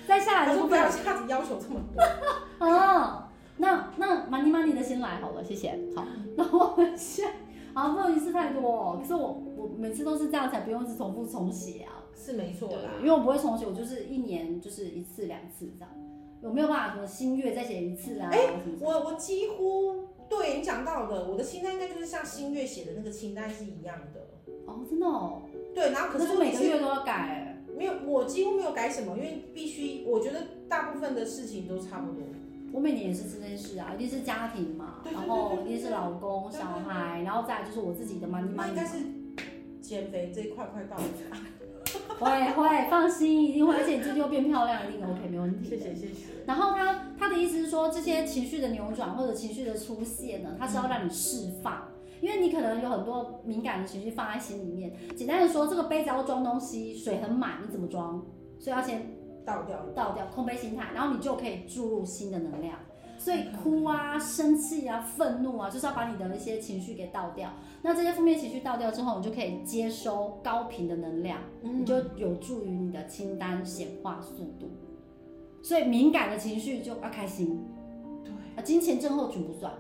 [SPEAKER 2] 再下来
[SPEAKER 1] 他
[SPEAKER 2] 的
[SPEAKER 1] 说
[SPEAKER 2] 部
[SPEAKER 1] 不要
[SPEAKER 2] 分
[SPEAKER 1] 一下子要求这么多，
[SPEAKER 2] 哦，那那 money money 的先来好了，谢谢。好，
[SPEAKER 1] 嗯
[SPEAKER 2] 那我们先，好，不好意思太多、哦，可是我我每次都是这样才不用一直重复重写啊。
[SPEAKER 1] 是没错
[SPEAKER 2] 对
[SPEAKER 1] 啦，。
[SPEAKER 2] 因为我不会重写，我就是一年就是一次两次这样，我没有办法什么新月再写一次啊，什么什么
[SPEAKER 1] 我我几乎对你讲到的，我的清单应该就是像新月写的那个清单是一样的。
[SPEAKER 2] 哦，真的哦，
[SPEAKER 1] 对，然后可
[SPEAKER 2] 可
[SPEAKER 1] 是
[SPEAKER 2] 是
[SPEAKER 1] 问
[SPEAKER 2] 每
[SPEAKER 1] 题
[SPEAKER 2] 个
[SPEAKER 1] 是
[SPEAKER 2] 月都要改欸，
[SPEAKER 1] 没有，我几乎没有改什么，因为必须，我觉得大部分的事情都差不多。
[SPEAKER 2] 我每年也是这件事啊，一定是家庭嘛，
[SPEAKER 1] 对对
[SPEAKER 2] 然
[SPEAKER 1] 对
[SPEAKER 2] 后
[SPEAKER 1] 对
[SPEAKER 2] 一
[SPEAKER 1] 对
[SPEAKER 2] 定是老公、
[SPEAKER 1] 对对
[SPEAKER 2] 小
[SPEAKER 1] 对
[SPEAKER 2] 孩，然后再来就是我自己的 money
[SPEAKER 1] 那
[SPEAKER 2] money
[SPEAKER 1] 应
[SPEAKER 2] 嘛
[SPEAKER 1] 该是减肥这一块快 到了。
[SPEAKER 2] 会会放心，一定会，而且你最近又变漂亮，一定 OK 没问题。
[SPEAKER 1] 谢谢。
[SPEAKER 2] 然后他他的意思是说，这些情绪的扭转或者情绪的出现呢，它是要让你释放，因为你可能有很多敏感的情绪放在心里面。简单的说，这个杯子要装东西，水很满，你怎么装？所以要先
[SPEAKER 1] 倒掉。
[SPEAKER 2] 倒掉空杯心态，然后你就可以注入新的能量。所以哭啊、生气啊、愤怒啊，就是要把你的一些情绪给倒掉。那这些负面情绪倒掉之后，你就可以接收高频的能量。你就有助于你的清单显化速度。所以敏感的情绪就要开心，
[SPEAKER 1] 对。
[SPEAKER 2] 啊，金钱症候群不算。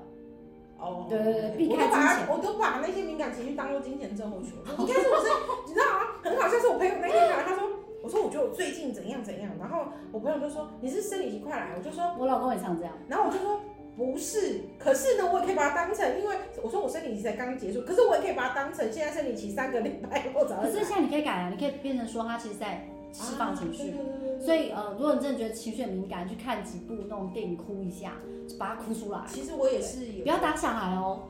[SPEAKER 1] 哦。
[SPEAKER 2] 对对对避
[SPEAKER 1] 我
[SPEAKER 2] 开
[SPEAKER 1] 都把
[SPEAKER 2] 金
[SPEAKER 1] 它我都把那些敏感情绪当做金钱症候群。你看是不是？你知道吗？很好笑，是我朋友那天来，他说。我说，我觉得我最近怎样怎样，然后我朋友就说你是生理期快来，我就说，
[SPEAKER 2] 我老公也常这样，
[SPEAKER 1] 然后我就说不是，可是呢，我也可以把它当成，因为我说我生理期才刚结束，可是我也可以把它当成现在生理期三个礼拜后早
[SPEAKER 2] 可
[SPEAKER 1] 上
[SPEAKER 2] 是现在你可以改啊，你可以变成说他其实在释放情绪。
[SPEAKER 1] 啊对对对对对
[SPEAKER 2] 所以呃，如果你真的觉得情绪很敏感，去看几部那种电影哭一下，就把它哭出来，
[SPEAKER 1] 其实我也是有，
[SPEAKER 2] 不要打小孩哦。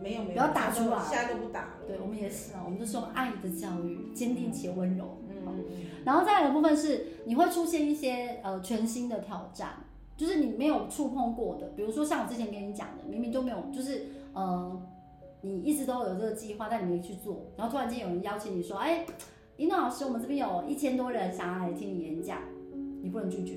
[SPEAKER 1] 没有没有，
[SPEAKER 2] 不要打出来
[SPEAKER 1] 现在都不打了。
[SPEAKER 2] 对我们也是啊，我们就是用爱的教育，坚定且温柔。
[SPEAKER 1] 嗯，
[SPEAKER 2] 然后再来的部分是，你会出现一些呃全新的挑战，就是你没有触碰过的，比如说像我之前跟你讲的，明明都没有，就是呃，你一直都有这个计划，但你没去做，然后突然间有人邀请你说，哎，一诺老师，我们这边有一千多人想要来听你演讲，你不能拒绝，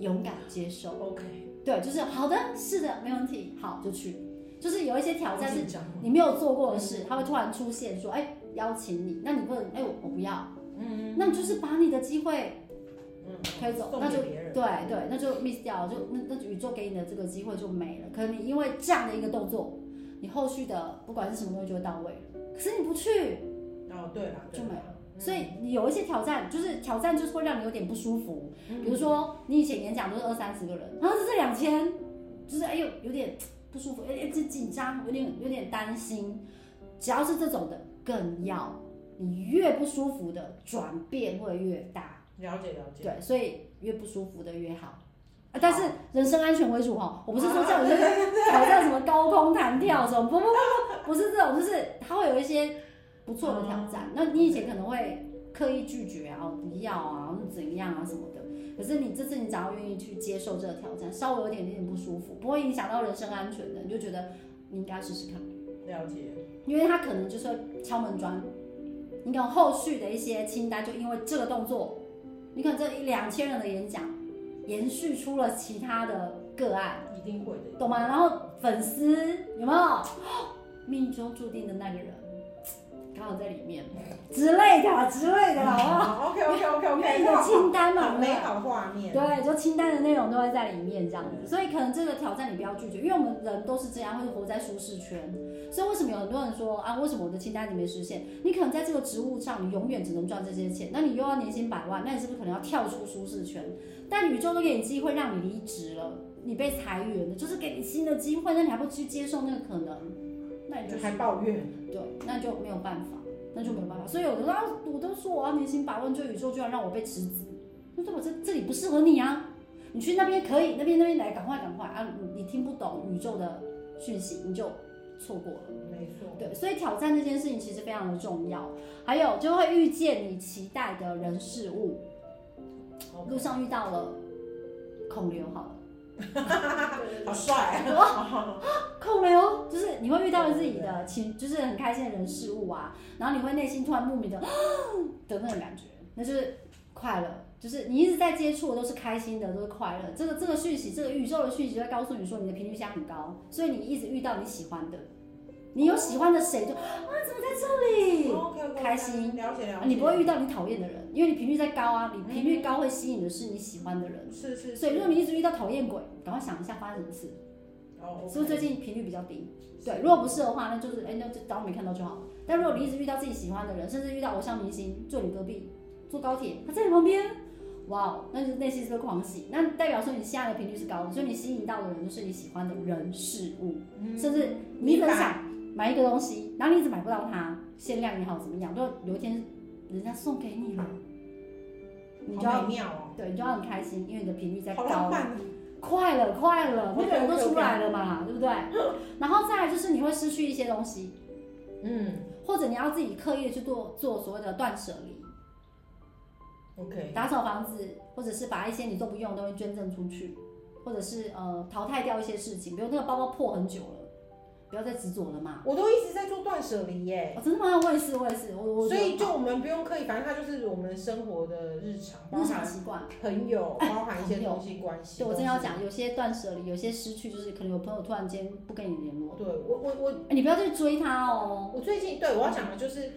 [SPEAKER 2] 勇敢接受，
[SPEAKER 1] OK，
[SPEAKER 2] 对，就是好的，是的，没问题，好就去，就是有一些挑战是
[SPEAKER 1] 紧张了，
[SPEAKER 2] 你没有做过的事，他会突然出现说，哎，邀请你，那你不能，哎，我我不要。
[SPEAKER 1] 嗯
[SPEAKER 2] 那你就是把你的机会，
[SPEAKER 1] 嗯，
[SPEAKER 2] 推走
[SPEAKER 1] 送
[SPEAKER 2] 那就
[SPEAKER 1] 给别人，
[SPEAKER 2] 对对，那就 miss 掉，就那那宇宙给你的这个机会就没了。可能你因为这样的一个动作，你后续的不管是什么东西就会到位了。可是你不去，
[SPEAKER 1] 哦对了，对
[SPEAKER 2] 就没
[SPEAKER 1] 了，嗯
[SPEAKER 2] 所以你有一些挑战，就是挑战就是会让你有点不舒服。
[SPEAKER 1] 嗯
[SPEAKER 2] 比如说你以前演讲都是二三十个人，然后这是两千，就是哎呦有点不舒服，有点哎紧张，有点有点担心。只要是这种的，更要你越不舒服的转变会越大。
[SPEAKER 1] 了解了解。
[SPEAKER 2] 对，所以越不舒服的越好。啊但是人身安全为主哈，我不是说叫你去挑战什么高空弹跳什么，不不不不，不是这种，就是它会有一些不错的挑战。那你以前可能会刻意拒绝啊，不要啊，或者怎样啊什么的。可是你这次你只要愿意去接受这个挑战，稍微有一点点不舒服，不会影响到人身安全的，你就觉得你应该试试看。
[SPEAKER 1] 了解，
[SPEAKER 2] 因为他可能就是会敲门砖，你可能后续的一些清单就因为这个动作，你可能这一两千人的演讲延续出了其他的个案，
[SPEAKER 1] 一定会的。
[SPEAKER 2] 懂吗？然后粉丝有没有 命中注定的那个人，刚好在里面之类的啊之 类的，好不
[SPEAKER 1] 哦
[SPEAKER 2] 好？
[SPEAKER 1] 好，OK OK OK
[SPEAKER 2] 因为
[SPEAKER 1] OK，
[SPEAKER 2] 你的清单嘛，
[SPEAKER 1] 好美
[SPEAKER 2] 对不对
[SPEAKER 1] 好画面。
[SPEAKER 2] 对，就清单的内容都会在里面这样子，所以可能这个挑战你不要拒绝，因为我们人都是这样，会活在舒适圈。所以为什么有很多人说啊，为什么我的清单里没实现？你可能在这个职务上，你永远只能赚这些钱，那你又要年薪百万，那你是不是可能要跳出舒适圈？但宇宙都给你机会让你离职了，你被裁员了，就是给你新的机会，那你还不去接受那个可能？那你就
[SPEAKER 1] 还抱怨，
[SPEAKER 2] 对，那就没有办法，那就没有办法。所以有的时候啊我都说我要年薪百万，就宇宙居然让我被辞职，那代表这这里不适合你啊，你去那边可以，那边那边来，赶快赶快啊！你你听不懂宇宙的讯息，你就错过了。
[SPEAKER 1] 没错，
[SPEAKER 2] 对，所以挑战这件事情其实非常的重要，还有就会遇见你期待的人事物。路上遇到了孔刘，好了，
[SPEAKER 1] 好帅，
[SPEAKER 2] 孔刘就是你会遇到自己的情，就是很开心的人事物啊，然后你会内心突然莫名的 的那种感觉，那就是快乐。就是你一直在接触的都是开心的，都是快乐。这个这个讯息，这个宇宙的讯息就会告诉你说你的频率箱很高，所以你一直遇到你喜欢的，你有喜欢的谁就啊怎么在这里？
[SPEAKER 1] OK OK，
[SPEAKER 2] 开心
[SPEAKER 1] 哦
[SPEAKER 2] 啊
[SPEAKER 1] 了解了解。
[SPEAKER 2] 你不会遇到你讨厌的人，因为你频率在高啊，你频率高会吸引的是你喜欢的人。
[SPEAKER 1] 是是，
[SPEAKER 2] 所以如果你一直遇到讨厌鬼，赶快想一下发生什么事，
[SPEAKER 1] 哦，
[SPEAKER 2] 是不是最近频率比较低？对，如果不是的话，那就是哎、那就当没看到就好。但如果你一直遇到自己喜欢的人，甚至遇到偶像明星，坐你隔壁，坐高铁，他在你旁边，哇哦，那就内心是不是狂喜？那代表说你现在的频率是高的，所以你吸引到的人就是你喜欢的人事物，甚至你一直很想买一个东西，然后你一直买不到它，限量也好怎么样，就有一天人家送给你了，你就
[SPEAKER 1] 好
[SPEAKER 2] 要
[SPEAKER 1] 美妙哦，
[SPEAKER 2] 对，你就要很开心，因为你的频率在
[SPEAKER 1] 好浪
[SPEAKER 2] 高。嗯
[SPEAKER 1] 漫哦，
[SPEAKER 2] 快了，快了，那个人都
[SPEAKER 1] OK，OK，OK
[SPEAKER 2] 出来 了嘛，对不对？然后再来就是你会失去一些东西，
[SPEAKER 1] 嗯
[SPEAKER 2] 或者你要自己刻意的去做做所谓的断舍离，
[SPEAKER 1] ，OK，
[SPEAKER 2] 打扫房子，或者是把一些你都不用的东西捐赠出去，或者是呃淘汰掉一些事情，比如那个包包破很久了，不要再执着了嘛。
[SPEAKER 1] 我都一直在做断舍离耶，
[SPEAKER 2] 哦，真的吗？我也是，我也是，我我
[SPEAKER 1] 所以就我们不用刻意，反正它就是我们生活的日常，包
[SPEAKER 2] 日常
[SPEAKER 1] 含
[SPEAKER 2] 习惯。
[SPEAKER 1] 朋 友，包含一些东西关系。
[SPEAKER 2] 对，我真的要
[SPEAKER 1] 都是。
[SPEAKER 2] 讲，有些断舍离，有些失去，就是可能有朋友突然间不跟你联络，
[SPEAKER 1] 对我我我
[SPEAKER 2] 哎你不要去追他哦。
[SPEAKER 1] 我最近对我要讲的就是，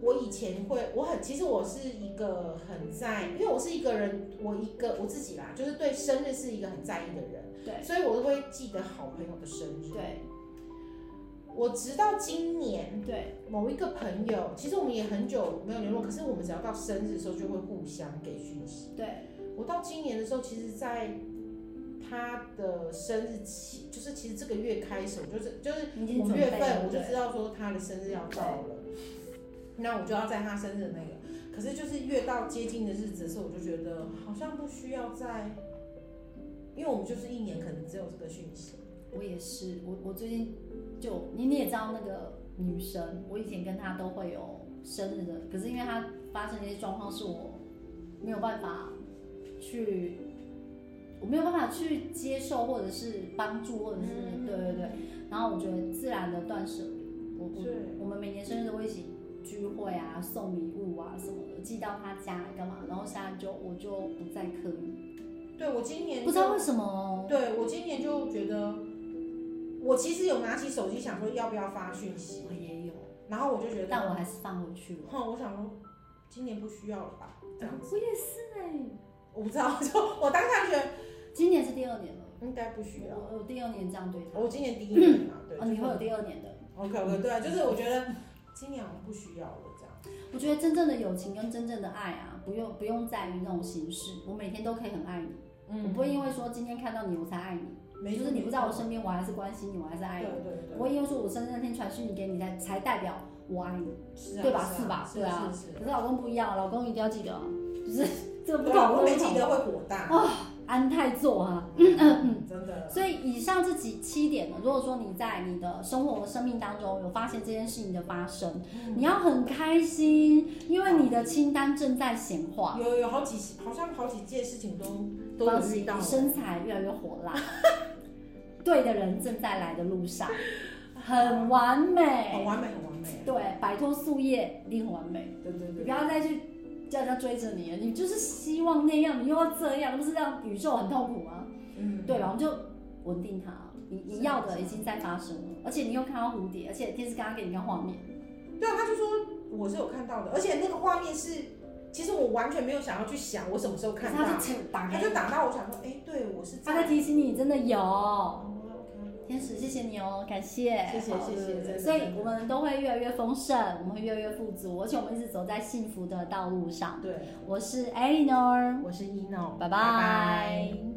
[SPEAKER 1] 我以前会，我很其实我是一个很在，因为我是一个人，我一个我自己啦，就是对生日是一个很在意的人，
[SPEAKER 2] 对
[SPEAKER 1] 所以我都会记得好朋友的生日。
[SPEAKER 2] 对
[SPEAKER 1] 我直到今年
[SPEAKER 2] 对，
[SPEAKER 1] 某一个朋友，其实我们也很久没有联络，可是我们只要到生日的时候就会互相给讯息。
[SPEAKER 2] 对
[SPEAKER 1] 我到今年的时候，其实在他的生日期，就是其实这个月开始，我就是就是
[SPEAKER 2] 你已经
[SPEAKER 1] 五
[SPEAKER 2] 准
[SPEAKER 1] 月
[SPEAKER 2] 备了
[SPEAKER 1] 份，我就
[SPEAKER 2] 对
[SPEAKER 1] 知道说他的生日要到了，那我就要在他生日的那个。可是就是越到接近的日子的时候，我就觉得好像不需要再，因为我们就是一年可能只有这个讯息。
[SPEAKER 2] 我也是，我我最近就你你也知道那个女生，我以前跟她都会有生日的，可是因为她发生的一些状况，是我没有办法去，我没有办法去接受或者是帮助，或者是、对对对，然后我觉得自然的断舍离，我我
[SPEAKER 1] 对
[SPEAKER 2] 我们每年生日都会一起聚会啊，送礼物啊什么的，寄到她家干嘛，然后现在就我就不再刻意，
[SPEAKER 1] 对我今年
[SPEAKER 2] 不知道为什么哦，
[SPEAKER 1] 对我今年就觉得，我其实有拿起手机想说要不要发讯息，
[SPEAKER 2] 我也有，
[SPEAKER 1] 然后我就觉得，
[SPEAKER 2] 但我还是放回去了。
[SPEAKER 1] 哼，我想说今年不需要了吧，这样
[SPEAKER 2] 我也是哎、
[SPEAKER 1] 我不知道，就我当下觉得
[SPEAKER 2] 今年是第二年了，
[SPEAKER 1] 应该不需要。
[SPEAKER 2] 我我第二年这样对他，
[SPEAKER 1] 我今年第一年嘛，对，
[SPEAKER 2] 哦，你会有第二年的。
[SPEAKER 1] OK OK，对，就是我觉得今年好像不需要了这样。
[SPEAKER 2] 我觉得真正的友情跟真正的爱啊，不用不用在于那种形式，我每天都可以很爱你，我嗯不会因为说今天看到你我才爱你，
[SPEAKER 1] 嗯没
[SPEAKER 2] 就是你不在我身边，我还是关心你，我还是爱
[SPEAKER 1] 对
[SPEAKER 2] 你，
[SPEAKER 1] 对
[SPEAKER 2] 我不
[SPEAKER 1] 对，
[SPEAKER 2] 会因为说我生日那天传讯息给你才才代表我爱你。
[SPEAKER 1] 是啊，
[SPEAKER 2] 对吧
[SPEAKER 1] 是
[SPEAKER 2] 是吧
[SPEAKER 1] 是
[SPEAKER 2] 对啊
[SPEAKER 1] 是是。
[SPEAKER 2] 可是老公不一样，老公一定要记得哦，就是 这个不
[SPEAKER 1] 对
[SPEAKER 2] 搞
[SPEAKER 1] 啊，
[SPEAKER 2] 不
[SPEAKER 1] 我
[SPEAKER 2] 懂
[SPEAKER 1] 每次得会火大，
[SPEAKER 2] 哦安泰座啊。
[SPEAKER 1] 真的。
[SPEAKER 2] 所以以上这几七点呢，如果说你在你的生活和生命当中有发现这件事情的发生，
[SPEAKER 1] 嗯
[SPEAKER 2] 你要很开心，因为你的清单正在显化。
[SPEAKER 1] 有有好几好像好几件事情都都
[SPEAKER 2] 方
[SPEAKER 1] 有
[SPEAKER 2] 琦
[SPEAKER 1] 遇到
[SPEAKER 2] 你，身材越来越火 辣，对的人正在来的路上，很完
[SPEAKER 1] 很
[SPEAKER 2] 美。
[SPEAKER 1] 完美很完美，
[SPEAKER 2] 对，摆脱素叶一定很完美。
[SPEAKER 1] 对对
[SPEAKER 2] 你
[SPEAKER 1] 对
[SPEAKER 2] 不。要再去叫人家追着你了，你就是希望那样，你又要这样，那不是让宇宙很痛苦吗？
[SPEAKER 1] 嗯，
[SPEAKER 2] 对吧？我们就稳定它，你你要的已经在发生了，而且你又看到蝴蝶，而且天使刚刚给你看画面，
[SPEAKER 1] 对啊，他就说我是有看到的，而且那个画面是，其实我完全没有想要去想我什么时候
[SPEAKER 2] 可是
[SPEAKER 1] 看
[SPEAKER 2] 它
[SPEAKER 1] 到，
[SPEAKER 2] 是打
[SPEAKER 1] 他
[SPEAKER 2] 开，
[SPEAKER 1] 就打到我想说，哎，对我是
[SPEAKER 2] 它在提醒你真的有。
[SPEAKER 1] 哦
[SPEAKER 2] 天使，谢谢你哦，感谢，
[SPEAKER 1] 谢谢
[SPEAKER 2] 好
[SPEAKER 1] 谢谢
[SPEAKER 2] 对对对
[SPEAKER 1] 真的
[SPEAKER 2] 所以
[SPEAKER 1] 真的
[SPEAKER 2] 我们都会越来越丰盛，我们会越来越富足，而且我们一直走在幸福的道路上。
[SPEAKER 1] ，OK，OK，对，嗯
[SPEAKER 2] 我是 Eleanor，
[SPEAKER 1] 我是一 n o
[SPEAKER 2] 拜拜